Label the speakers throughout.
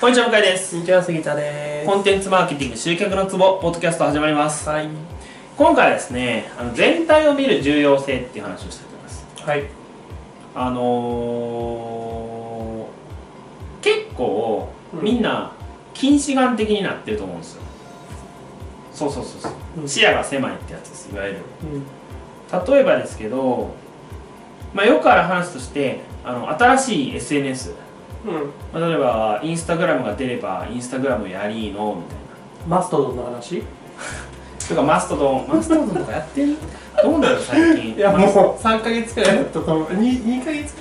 Speaker 1: こんにちは、向井です。
Speaker 2: こんにちは、杉田で
Speaker 1: コンテンツマーケティング集客のツボ、ポッドキャスト始まります
Speaker 2: す。。はい。
Speaker 1: 今回はですね、あの全体を見る重要性っていう話をしたいと思います。
Speaker 2: はい。
Speaker 1: あのー、結構、
Speaker 2: うん
Speaker 1: みんな、近視眼的になってると思うんですよ。そうそうそうそう。
Speaker 2: うん
Speaker 1: 視野が狭いってやつです、いわゆる。
Speaker 2: うん。
Speaker 1: 例えばですけど、まあ、よくある話として、あの新しい SNS、
Speaker 2: うん。
Speaker 1: まあ例えば、インスタグラムが出れば、インスタグラムやりーの、みたいな。
Speaker 2: マストドンの話い
Speaker 1: とかマストドンマストドンとかやって るどうなの最近マス
Speaker 2: う3ヶ月くらいとか、2, 2ヶ月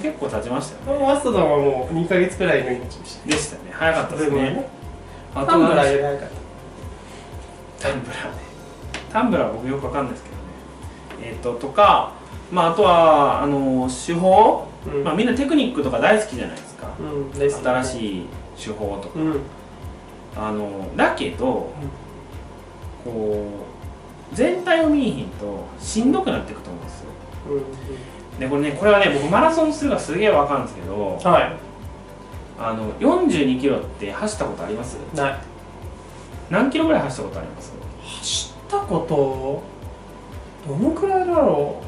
Speaker 1: 結構経ちましたよね
Speaker 2: マストドンはもう2ヶ月くらいの命でし
Speaker 1: でしたね早かった
Speaker 2: た。
Speaker 1: ですね。あ
Speaker 2: タンブラー
Speaker 1: ー
Speaker 2: じゃなかっ
Speaker 1: タンブラーねタンブラー僕よくわかんないですけどねえっ、ととかまああとはあの手法、
Speaker 2: た。うん。
Speaker 1: まあ、みんなテクニックとか大好きじゃないですか、
Speaker 2: うん。です、
Speaker 1: 新しい手法とか
Speaker 2: うん。
Speaker 1: あのだけど、こう全体を見えひんとしんどくなっていくと思うんですよ
Speaker 2: う
Speaker 1: でこれねこれはね僕マラソンするからすげえわかるんですけど
Speaker 2: ん。は
Speaker 1: あの42キロって走ったことあります
Speaker 2: い。ない。
Speaker 1: 何キロぐらい走ったことあります
Speaker 2: 走ったこと、どのくらいだろ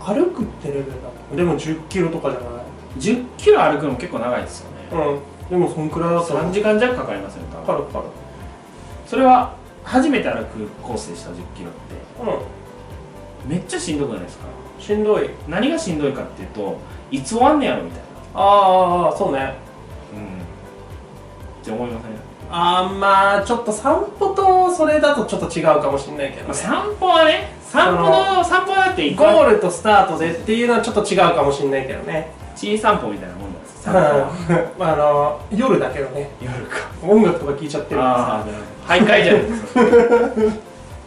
Speaker 2: う歩くってレベルだったでも10キロとかじゃない。
Speaker 1: 10キロ歩くのも結構長いですよね
Speaker 2: うん。でもそんくらいだった
Speaker 1: 3時間弱かかりますよね多分
Speaker 2: るか
Speaker 1: それは初めて歩くコースでした10キロって
Speaker 2: る。う
Speaker 1: めっちゃしんどくないですか
Speaker 2: ん。しんどい。
Speaker 1: 何がしんどいかっていうといつ終わんねやろみたいな
Speaker 2: ああ、そうね。
Speaker 1: うんって思いません、
Speaker 2: あーまあちょっと散歩とそれだとちょっと違うかもしれないけど
Speaker 1: まあ、
Speaker 2: ね
Speaker 1: 散歩はね散歩
Speaker 2: そ
Speaker 1: の散歩だって
Speaker 2: ゴ
Speaker 1: ゴール
Speaker 2: ールとスタートでっていうのはちょっと違うかもしれないけどね
Speaker 1: 小散歩みたいなもんなんです
Speaker 2: うん
Speaker 1: 散歩は
Speaker 2: あの夜だけどね
Speaker 1: 夜か
Speaker 2: 音楽とか聴いちゃってるから
Speaker 1: あ
Speaker 2: さ
Speaker 1: あ徘徊じゃないですか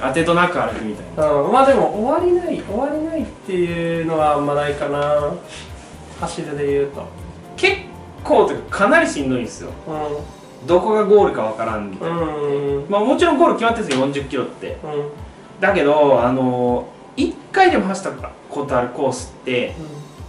Speaker 1: 当てとなく歩くみたいな
Speaker 2: うん、まあでも終わりない終わりないっていうのはあんまないかな走るで言うと
Speaker 1: 結構というかかなりしんどいんですよ
Speaker 2: う
Speaker 1: どこがゴールかわからんみたいな、
Speaker 2: んうん
Speaker 1: まあ、もちろんゴール決まってるんですよ4 0キロって
Speaker 2: うんうん
Speaker 1: だけどあの1回でも走ったことあるコースって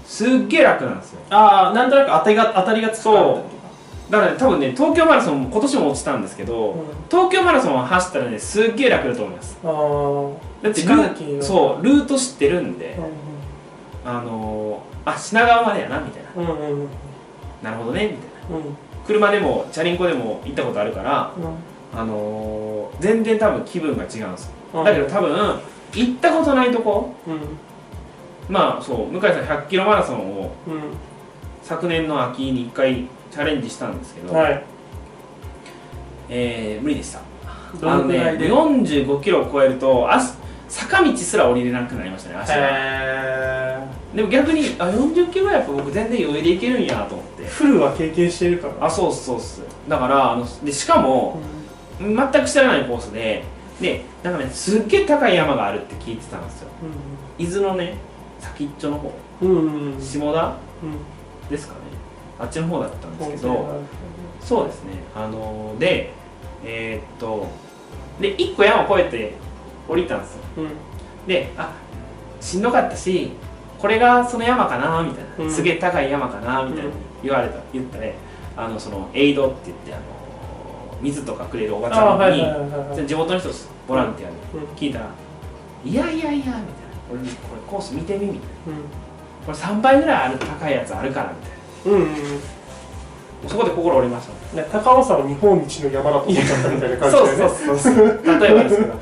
Speaker 1: すっげえ楽なんですよ
Speaker 2: ああなんとなく当てが当たりがつく
Speaker 1: そうだから、ね、多分ね東京マラソンも今年も落ちたんですけど、
Speaker 2: うん
Speaker 1: 東京マラソンは走ったらねすっげえ楽だと思います
Speaker 2: ああ
Speaker 1: だってル
Speaker 2: 近き
Speaker 1: ーそうルート知ってるんで
Speaker 2: う、
Speaker 1: あのあ品川までやなみたいな
Speaker 2: うんうんうんうん
Speaker 1: なるほどねみたいな
Speaker 2: うん
Speaker 1: 車でもチャリンコでも行ったことあるから
Speaker 2: うん
Speaker 1: あのー全然多分気分が違うんですよ
Speaker 2: うん
Speaker 1: だけど多分行ったことないとこ
Speaker 2: うん
Speaker 1: まあそう向井さん100キロマラソンを
Speaker 2: うん
Speaker 1: 昨年の秋に1回チャレンジしたんですけど、
Speaker 2: はい。
Speaker 1: えー無理でした
Speaker 2: どのくら
Speaker 1: あの
Speaker 2: い
Speaker 1: ね
Speaker 2: で。
Speaker 1: 45キロを超えるとあす坂道すら降りれなくなりましたね足が、
Speaker 2: えー
Speaker 1: でも逆にあ40キロはやっぱ僕全然余裕でいけるんやと思って
Speaker 2: フルは経験してるから。
Speaker 1: あそうっすそうっすだからあのでしかも全く知らないコースででなんかねすっげえ高い山があるって聞いてたんですよ伊豆のね先っちょの方
Speaker 2: うん。うん。うん。
Speaker 1: 下田
Speaker 2: うん。
Speaker 1: ですかねあっちの方だったんですけ
Speaker 2: うん
Speaker 1: どそうですねあのーでえーっとで1個山を越えて降りたんですよ
Speaker 2: うん。
Speaker 1: であしんどかったしこれがその山かなみたいな、
Speaker 2: うん
Speaker 1: すげえ高い山かなみたいな
Speaker 2: うん
Speaker 1: 言われた言ったねあのそのエイドって言ってあの水とかくれるおばち
Speaker 2: あ
Speaker 1: ゃんに、
Speaker 2: はいはいはいはい。
Speaker 1: 地元の人ですボランティアで
Speaker 2: うん
Speaker 1: 聞いたら「いやいやいや」みたいな「俺これコース見てみ」みたいな
Speaker 2: う。
Speaker 1: 「これ3倍ぐらいある高いやつあるから」みたいなん
Speaker 2: うんうん。
Speaker 1: そこで心折れました
Speaker 2: ね高尾山を日本一の山だと思っちゃったみたいな感じで。
Speaker 1: そう
Speaker 2: う。
Speaker 1: そうそうそう例えばです けど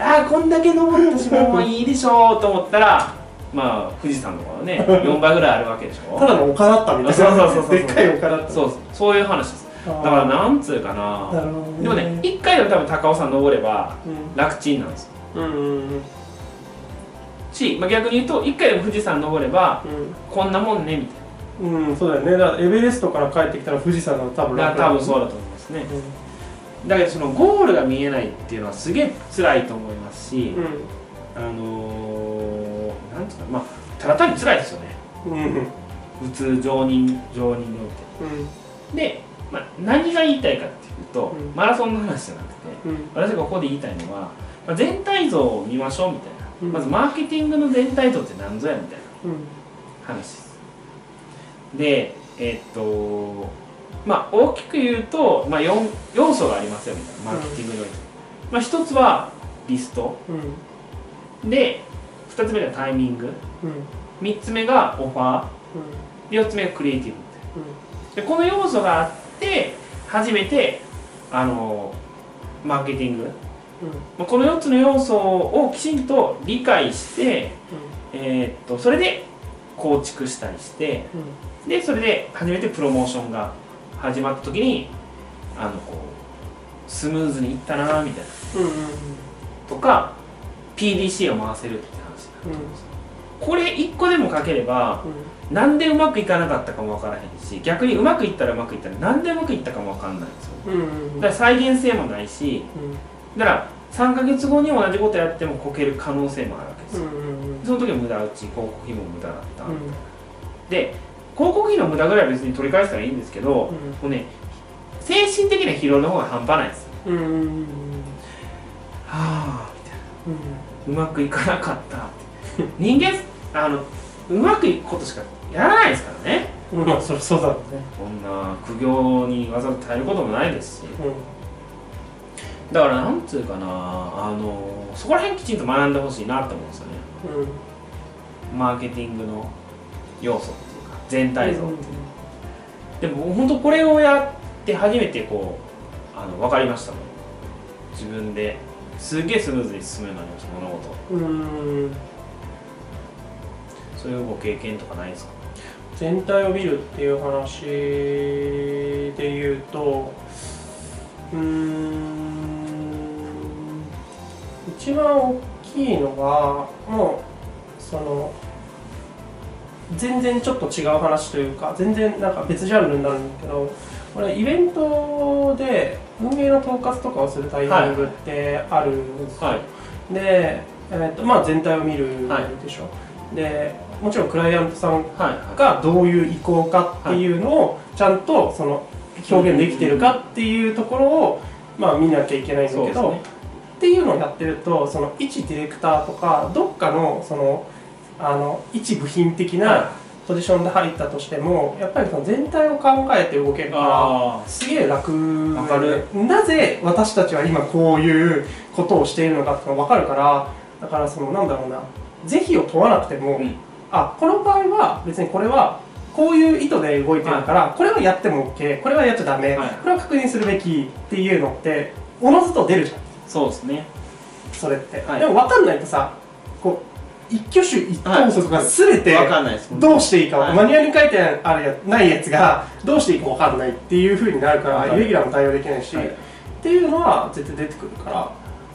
Speaker 1: ああこんだけ登ったしもういいでしょうと思ったらまあ富士山とかは ね4倍ぐらいあるわけでしょ
Speaker 2: ただの丘だったみたいな。
Speaker 1: そうそうそうそう
Speaker 2: でっかい丘だった。
Speaker 1: そうそうそういう話です
Speaker 2: だ
Speaker 1: だから。なんつうかな
Speaker 2: なるほどね。
Speaker 1: でもね1回でも多分高尾山登れば
Speaker 2: うん。
Speaker 1: 楽ちんなんですよ
Speaker 2: うんうんうん
Speaker 1: し、まあ、逆に言うと1回でも富士山登ればこんなもんねみたい
Speaker 2: うん。うん、そうだよね。だからエベレストから帰ってきたら富士山の多分
Speaker 1: なだから多分
Speaker 2: う。
Speaker 1: そうだと思いますね
Speaker 2: うん
Speaker 1: だけどそのゴールが見えないっていうのはすげえ辛いと思いますし、
Speaker 2: うん。
Speaker 1: あのー、なんつうかまあただ単に辛いですよね
Speaker 2: うんうん
Speaker 1: 普通常人常人においてで、まあ、何が言いたいかっていうと、
Speaker 2: うん
Speaker 1: マラソンの話じゃなくて
Speaker 2: うん
Speaker 1: 私がここで言いたいのは、まあ、全体像を見ましょうみたいな、
Speaker 2: うん
Speaker 1: まずマーケティングの全体像って何ぞやみたいな
Speaker 2: うん
Speaker 1: 話ですでえっとまあ、大きく言うと、まあ、4要素がありますよみたいなマーケティングにおいて、まあ、1つはリスト
Speaker 2: うん
Speaker 1: で2つ目がタイミング
Speaker 2: うんうん
Speaker 1: 3つ目がオファー4つ目がクリエイティブみたいなでこの要素があって初めてあのマーケティング
Speaker 2: うん
Speaker 1: まあこの4つの要素をきちんと理解して、
Speaker 2: う
Speaker 1: えーっとそれで構築したりして
Speaker 2: んうん
Speaker 1: でそれで初めてプロモーションが始まった時にあのこうスムーズにいったなみたいな
Speaker 2: うんうん
Speaker 1: とか PDC を回せるって話
Speaker 2: うん
Speaker 1: これ1個でも書ければなんでうまくいかなかったかもわからへんし逆にうまくいったらうまくいったらなんでうまくいったかもわかんないんですよ
Speaker 2: うんうんうん
Speaker 1: だから再現性もないしだから3ヶ月後に同じことやってもこける可能性もあるわけですよその時は無駄打ち広告費も無駄だった、で広告費の無駄ぐらいは別に取り返したらいいんですけど、もうね精神的な疲労の方が半端ないですはあみたいなうまくいかなかったって人間 あのうまくいくことしかやらないですからね
Speaker 2: うんまあそりゃそうだろうね
Speaker 1: こんな苦行にわざわざ耐えることもないですしだからなんつうかなあのそこら辺きちんと学んでほしいなと思うんですよね
Speaker 2: うんうん
Speaker 1: マーケティングの要素っていうか全体像、でも本当これをやって初めてこうあの分かりましたもん自分ですげえスムーズに進むようになりました物事
Speaker 2: うん
Speaker 1: そういうご経験とかないですか
Speaker 2: 全体を見るっていう話で言うとうーん一番大きいのはもうその全然ちょっと違う話というか全然なんか別ジャンルになるんだけどこれイベントで運営の統括とかをするタイミングってあるんですよ
Speaker 1: はい
Speaker 2: で、えーとまあ、全体を見る
Speaker 1: はい
Speaker 2: でしょ、でもちろんクライアントさん
Speaker 1: はいは
Speaker 2: がどういう意向かっていうのをちゃんとその表現できてるかっていうところをまあ見なきゃいけないんだ
Speaker 1: そう
Speaker 2: け
Speaker 1: です
Speaker 2: ど、
Speaker 1: ね
Speaker 2: っていうのをやってるとその一ディレクターとかどっかのそのあの一部品的なポジションで入ったとしてもやっぱりその全体を考えて動けるから
Speaker 1: あ
Speaker 2: すげえ楽な
Speaker 1: わ
Speaker 2: ん
Speaker 1: か
Speaker 2: だ
Speaker 1: る
Speaker 2: よねなぜ私たちは今こういうことをしているのかってのが分かるからだからそのなんだろうな是非を問わなくても、
Speaker 1: うん
Speaker 2: あこの場合は別にこれはこういう意図で動いてるから、これはやっても OK これはやっちゃダメ、
Speaker 1: はい
Speaker 2: これは確認するべきっていうのっておのずと出るじゃん
Speaker 1: そうですね
Speaker 2: それって、
Speaker 1: はい
Speaker 2: でも分かんないとさこう一挙手一投足が全て、
Speaker 1: 分かんないです
Speaker 2: どうしていいか、
Speaker 1: はい
Speaker 2: マニュアルに書いてあるやないやつがどうしていいか分かんないっていうふうになるから、
Speaker 1: はい
Speaker 2: イレギュラーも対応できないし、
Speaker 1: はい
Speaker 2: っていうのは絶対出てくるからだか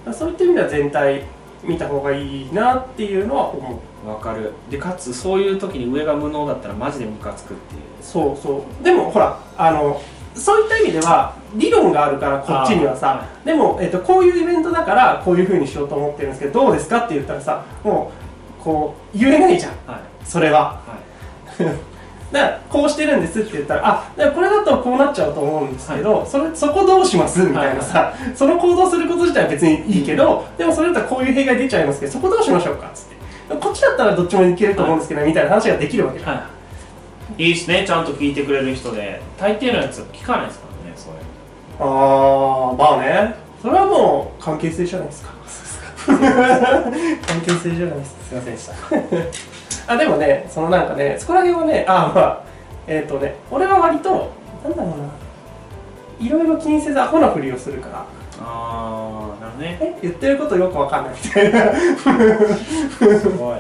Speaker 2: らそういった意味では全体見た方がいいなっていうのは思う
Speaker 1: 分かるでかつそういう時に上が無能だったらマジでムカつくっていう
Speaker 2: そうそうでもほらあのそういった意味では理論があるからこっちには
Speaker 1: あーは
Speaker 2: さでも、えっと、こういうイベントだからこういうふうにしようと思ってるんですけどどうですかって言ったらさもうこう言えないじゃん
Speaker 1: はい
Speaker 2: それは
Speaker 1: は
Speaker 2: だからこうしてるんですって言ったらあだからこれだとこうなっちゃうと思うんですけど、それそこどうしますみたいなさ、その行動すること自体は別にいいけど、でもそれだったらこういう弊害出ちゃいますけどそこどうしましょうかっつってこっちだったらどっちもいけると思うんですけど、みたいな話ができるわけじゃ
Speaker 1: い
Speaker 2: ん、
Speaker 1: はいいいっすねちゃんと聞いてくれる人で大抵のやつは聞かないですからねそういう
Speaker 2: あーまあねそれはもう関係性じゃないですか関係性じゃないですかすいませんでしたあでもねそのなんかねそこら辺はねあまあえっ、とね俺は割となんだろうないろいろ気にせずアホなふりをするから
Speaker 1: ああなるほどね
Speaker 2: え言ってることよくわかんないみたいなは
Speaker 1: すごい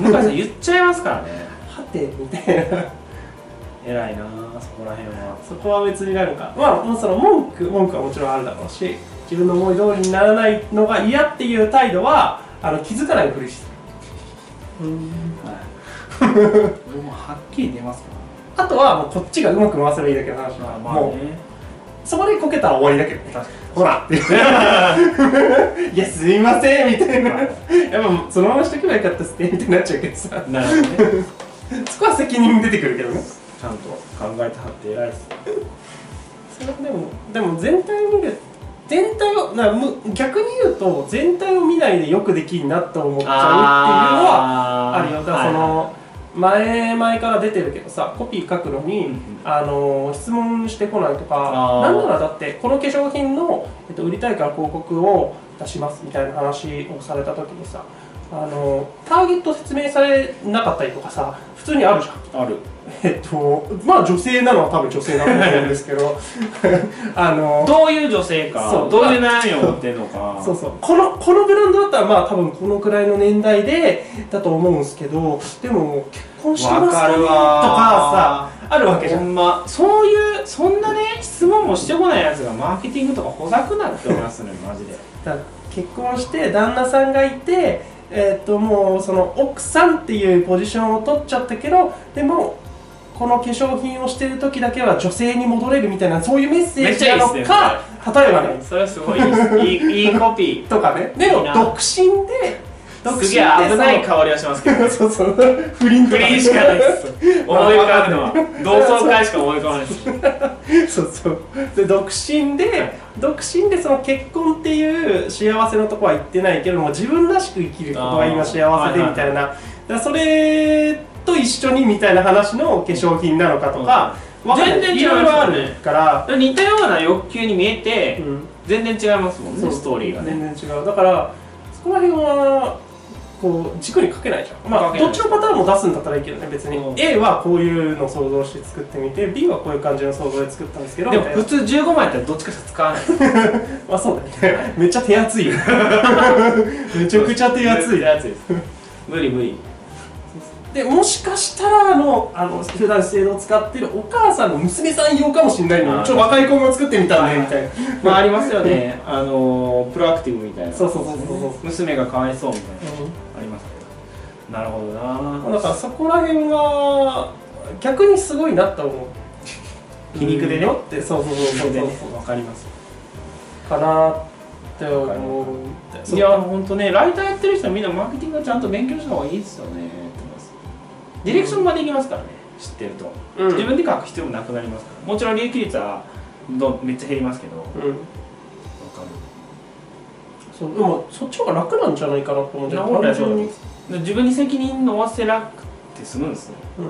Speaker 1: 向井さん言っちゃいますからね
Speaker 2: てみたいな
Speaker 1: 偉いなあそこら辺は
Speaker 2: そこは別になんかまあもうその文句文句はもちろんあるだろうし自分の思い通りにならないのが嫌っていう態度はあの気づかないふりしてる
Speaker 1: 僕もはっきり出ますか
Speaker 2: あとはもうこっちがうまく回せばいいだけの話だから、
Speaker 1: まあ
Speaker 2: も
Speaker 1: ね
Speaker 2: うそこでこけたら終わりだけどね
Speaker 1: 確か
Speaker 2: ほらいやすいませんみたいな
Speaker 1: は
Speaker 2: やっぱそのまましとけばよかったっすねみたいになっちゃうけどさ
Speaker 1: になるほどね
Speaker 2: そこは責任出てくるけどね
Speaker 1: ちゃんと考えてはって偉いです
Speaker 2: それでもでも全体を見る全体をなむ逆に言うと全体を見ないでよくできんなと思っちゃうっていうのはあるよだからその、前々から出てるけどさコピー書くのに、
Speaker 1: うん
Speaker 2: あの質問してこないとか
Speaker 1: あー
Speaker 2: なんならだってこの化粧品の、えっと、売りたいから広告を出しますみたいな話をされた時にさあのターゲット説明されなかったりとかさ普通にあるじゃん
Speaker 1: ある
Speaker 2: えっとまあ女性なのは多分女性なんだと思うんです けどあの
Speaker 1: どういう女性か
Speaker 2: そう
Speaker 1: どういう悩みを持ってるのか
Speaker 2: そうそうこのこのブランドだったらまあ多分このくらいの年代でだと思うんですけどでも結婚してますか
Speaker 1: わか
Speaker 2: ねと
Speaker 1: る
Speaker 2: か
Speaker 1: わ
Speaker 2: さあるわけじゃ
Speaker 1: ほ
Speaker 2: ん
Speaker 1: んまそういうそんなね質問もしてこないやつがマーケティングとかほざくなって思いますねマジで
Speaker 2: だから結婚して旦那さんがいてえーっともうその奥さんっていうポジションを取っちゃったけどでもこの化粧品をしてる時だけは女性に戻れるみたいなそういうメッセージなの
Speaker 1: めっちゃいい
Speaker 2: か例えばね
Speaker 1: それはすごいいいいいいいコピ
Speaker 2: とかねで
Speaker 1: い
Speaker 2: も
Speaker 1: いな
Speaker 2: 独身で独
Speaker 1: ー
Speaker 2: 身
Speaker 1: すげえ危ない香りはしますけど
Speaker 2: そうそう そう不倫
Speaker 1: 不
Speaker 2: とか
Speaker 1: 倫しかないです思い浮かぶのは同窓会しか思い浮かばないです
Speaker 2: そうそうで独身
Speaker 1: はい
Speaker 2: で独身でその結婚っていう幸せのとこは言ってないけども自分らしく生きることが今幸せで
Speaker 1: あー
Speaker 2: みたいなだからそれと一緒にみたいな話の化粧品なのかとか、
Speaker 1: うん
Speaker 2: わかんない
Speaker 1: 全然違
Speaker 2: い
Speaker 1: いますよ
Speaker 2: ろ
Speaker 1: ね
Speaker 2: いろあるから、
Speaker 1: 似たような欲求に見えて、全然違いますもん
Speaker 2: そ
Speaker 1: ね
Speaker 2: う
Speaker 1: ストーリーがね
Speaker 2: 全然違うだからそこら辺はこう軸にかけないじゃんま
Speaker 1: か
Speaker 2: あ
Speaker 1: けない
Speaker 2: どっちのパターンも出すんだったらいいけどね別に、
Speaker 1: うん
Speaker 2: A はこういうのを想像して作ってみて B はこういう感じの想像で作ったんですけど
Speaker 1: でも
Speaker 2: みたいな
Speaker 1: 普通15枚やったらどっちかしか使わない
Speaker 2: まあそうだよ ね。めっちゃ手厚いよ。めちゃくちゃ手厚い。
Speaker 1: やつです無理無 理
Speaker 2: で、もしかしたらあの、あの、普段資生堂を使ってるお母さんの娘さん用かもしれないの
Speaker 1: あ
Speaker 2: に、
Speaker 1: ー
Speaker 2: ちょっと若い子も作ってみたんで、みたいな。
Speaker 1: まあありますよねあのープロアクティブみたいな
Speaker 2: そうそうそうそうそう
Speaker 1: 娘がかわいそうみたいなありますけどなるほど
Speaker 2: うん
Speaker 1: な
Speaker 2: だからそこら辺が、逆にすごいなと思う。
Speaker 1: 皮肉でね
Speaker 2: うんって、そうそうそうそうそう。
Speaker 1: わかります
Speaker 2: かなって思う。
Speaker 1: いや本当ねライターやってる人はみんなマーケティングはちゃんと勉強した方がいいですよねって思いますディレクションまでいきますからね知ってると、
Speaker 2: うん
Speaker 1: 自分で書く必要もなくなりますからもちろん利益率はどんめっちゃ減りますけどわか
Speaker 2: う
Speaker 1: る
Speaker 2: ん。そう、でもそっちの方が楽なんじゃないかなと思うんだよ
Speaker 1: そんなことない
Speaker 2: 単純に
Speaker 1: 自分に責任の負わせなくて済むんですよ
Speaker 2: うん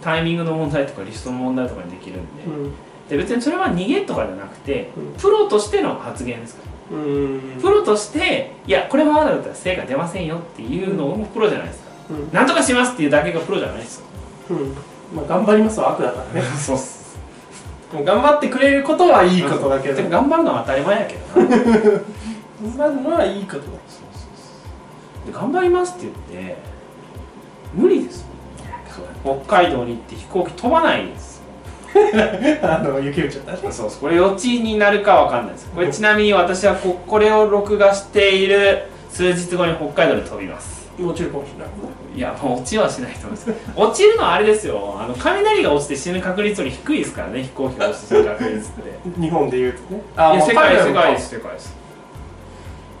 Speaker 1: タイミングの問題とかリストの問題とかにできるんで,、
Speaker 2: うん
Speaker 1: で別にそれは逃げとかじゃなくて、
Speaker 2: うん
Speaker 1: プロとしての発言ですから
Speaker 2: うん
Speaker 1: プロとしていやこれはあなだったら成果出ませんよっていうのもプロじゃないですか、
Speaker 2: うん
Speaker 1: なんとかしますっていうだけがプロじゃないですよ
Speaker 2: うんまあ、頑張りますは悪だからね
Speaker 1: そうっす
Speaker 2: もう頑張ってくれることはいいことだけど
Speaker 1: でも頑張るのは当たり前やけどな
Speaker 2: 頑張るのはいいことだ
Speaker 1: で頑張りますって言って無理ですもん北海道に行って飛行機飛ばないです
Speaker 2: あの雪降っちゃったね
Speaker 1: そうこれ予知になるかわかんないですこれちなみに私はここれを録画している数日後に北海道に飛びます
Speaker 2: もちろんかもしれない
Speaker 1: いやもう落ちはしないと思います落ちるのはあれですよあの雷が落ちて死ぬ確率より低いですからね飛行機が落ちて死ぬ確率って
Speaker 2: 日本で言うとね
Speaker 1: いや
Speaker 2: もう
Speaker 1: 世界世
Speaker 2: 海外
Speaker 1: 界
Speaker 2: も
Speaker 1: です世界です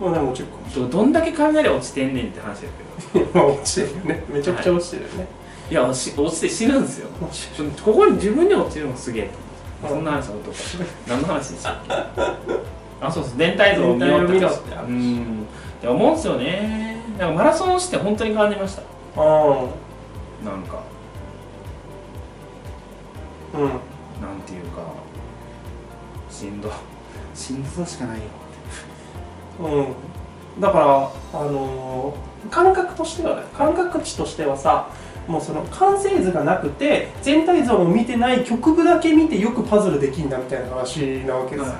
Speaker 2: もうねもちろんかも
Speaker 1: どどんだけ雷落ちてんねんって話ですけど
Speaker 2: しれないまあ 落ちてるよねめちゃくちゃ落ちてるよね、
Speaker 1: いやし落ちて死ぬんですよ
Speaker 2: 落ちてる
Speaker 1: ちょここに自分で落ちるのがすげえ
Speaker 2: うん
Speaker 1: そんな話はどうか何の話でしたっけあそうそう全体像を見ようって
Speaker 2: 全体を見ろ
Speaker 1: 話
Speaker 2: って話
Speaker 1: うんって思うんですよねなんかマラソンして本当に感じました
Speaker 2: あ
Speaker 1: なんか
Speaker 2: あうん
Speaker 1: なんていうかしんど しんどさしかないよ
Speaker 2: うん、だから、あのー感覚としてはね感覚値としてはさもうその完成図がなくて全体像も見てない局部だけ見てよくパズルできんだみたいな話なわけですよ、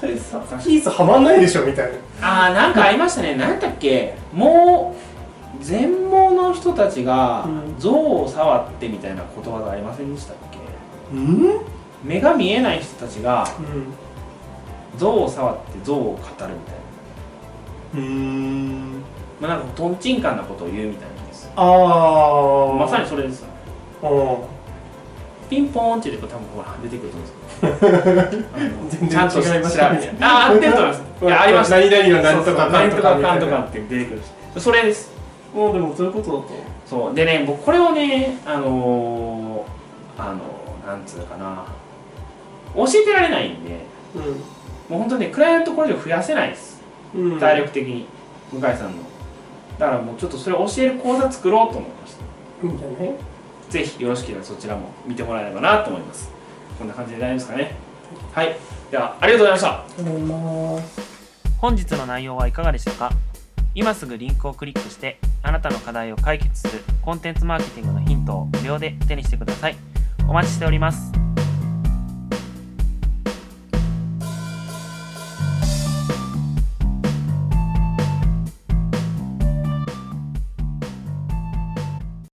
Speaker 2: それさ
Speaker 1: 確かに
Speaker 2: ピースはまんないでしょみたいな
Speaker 1: あーなんかありましたね何だっけもう全盲の人たちが
Speaker 2: うん
Speaker 1: 像を触ってみたいな言葉がありませんでしたっけ
Speaker 2: うん、うん、
Speaker 1: 目が見えない人たちが像を触って像を語るみたいな、
Speaker 2: うん
Speaker 1: まあ、なんかとんちんかんなことを言うみたいなんですよ
Speaker 2: ああ
Speaker 1: まさにそれですよね
Speaker 2: う
Speaker 1: ピンポーンって言うと多分ほら出てくると思うんですけどあの
Speaker 2: 全然
Speaker 1: ちゃんと調
Speaker 2: 違
Speaker 1: べ
Speaker 2: い
Speaker 1: て
Speaker 2: まし
Speaker 1: あ
Speaker 2: たね
Speaker 1: ー合ってると思いますいやありました
Speaker 2: 何々の何とか
Speaker 1: そうそう何とか
Speaker 2: か
Speaker 1: か
Speaker 2: ん
Speaker 1: ん
Speaker 2: と
Speaker 1: と
Speaker 2: か
Speaker 1: かって出てくるしそれです
Speaker 2: んもうでもそういうことだと
Speaker 1: そうでね僕これをねあのー、あのー、なんつうのかな教えてられないんでもう本当にねクライアントこれ以上増やせないです
Speaker 2: うん、うん、
Speaker 1: 体力的に向井さんのだからもうちょっとそれを教える講座作ろうと思いました
Speaker 2: いいんじゃない
Speaker 1: ぜひよろしければそちらも見てもらえればなと思いますこんな感じで大丈夫ですかねはいではありがとうございました
Speaker 2: と思います
Speaker 1: 本日の内容はいかがでしたか今すぐリンクをクリックしてあなたの課題を解決するコンテンツマーケティングのヒントを無料で手にしてくださいお待ちしております